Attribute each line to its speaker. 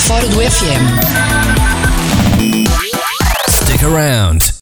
Speaker 1: fora do FM.
Speaker 2: Stick around.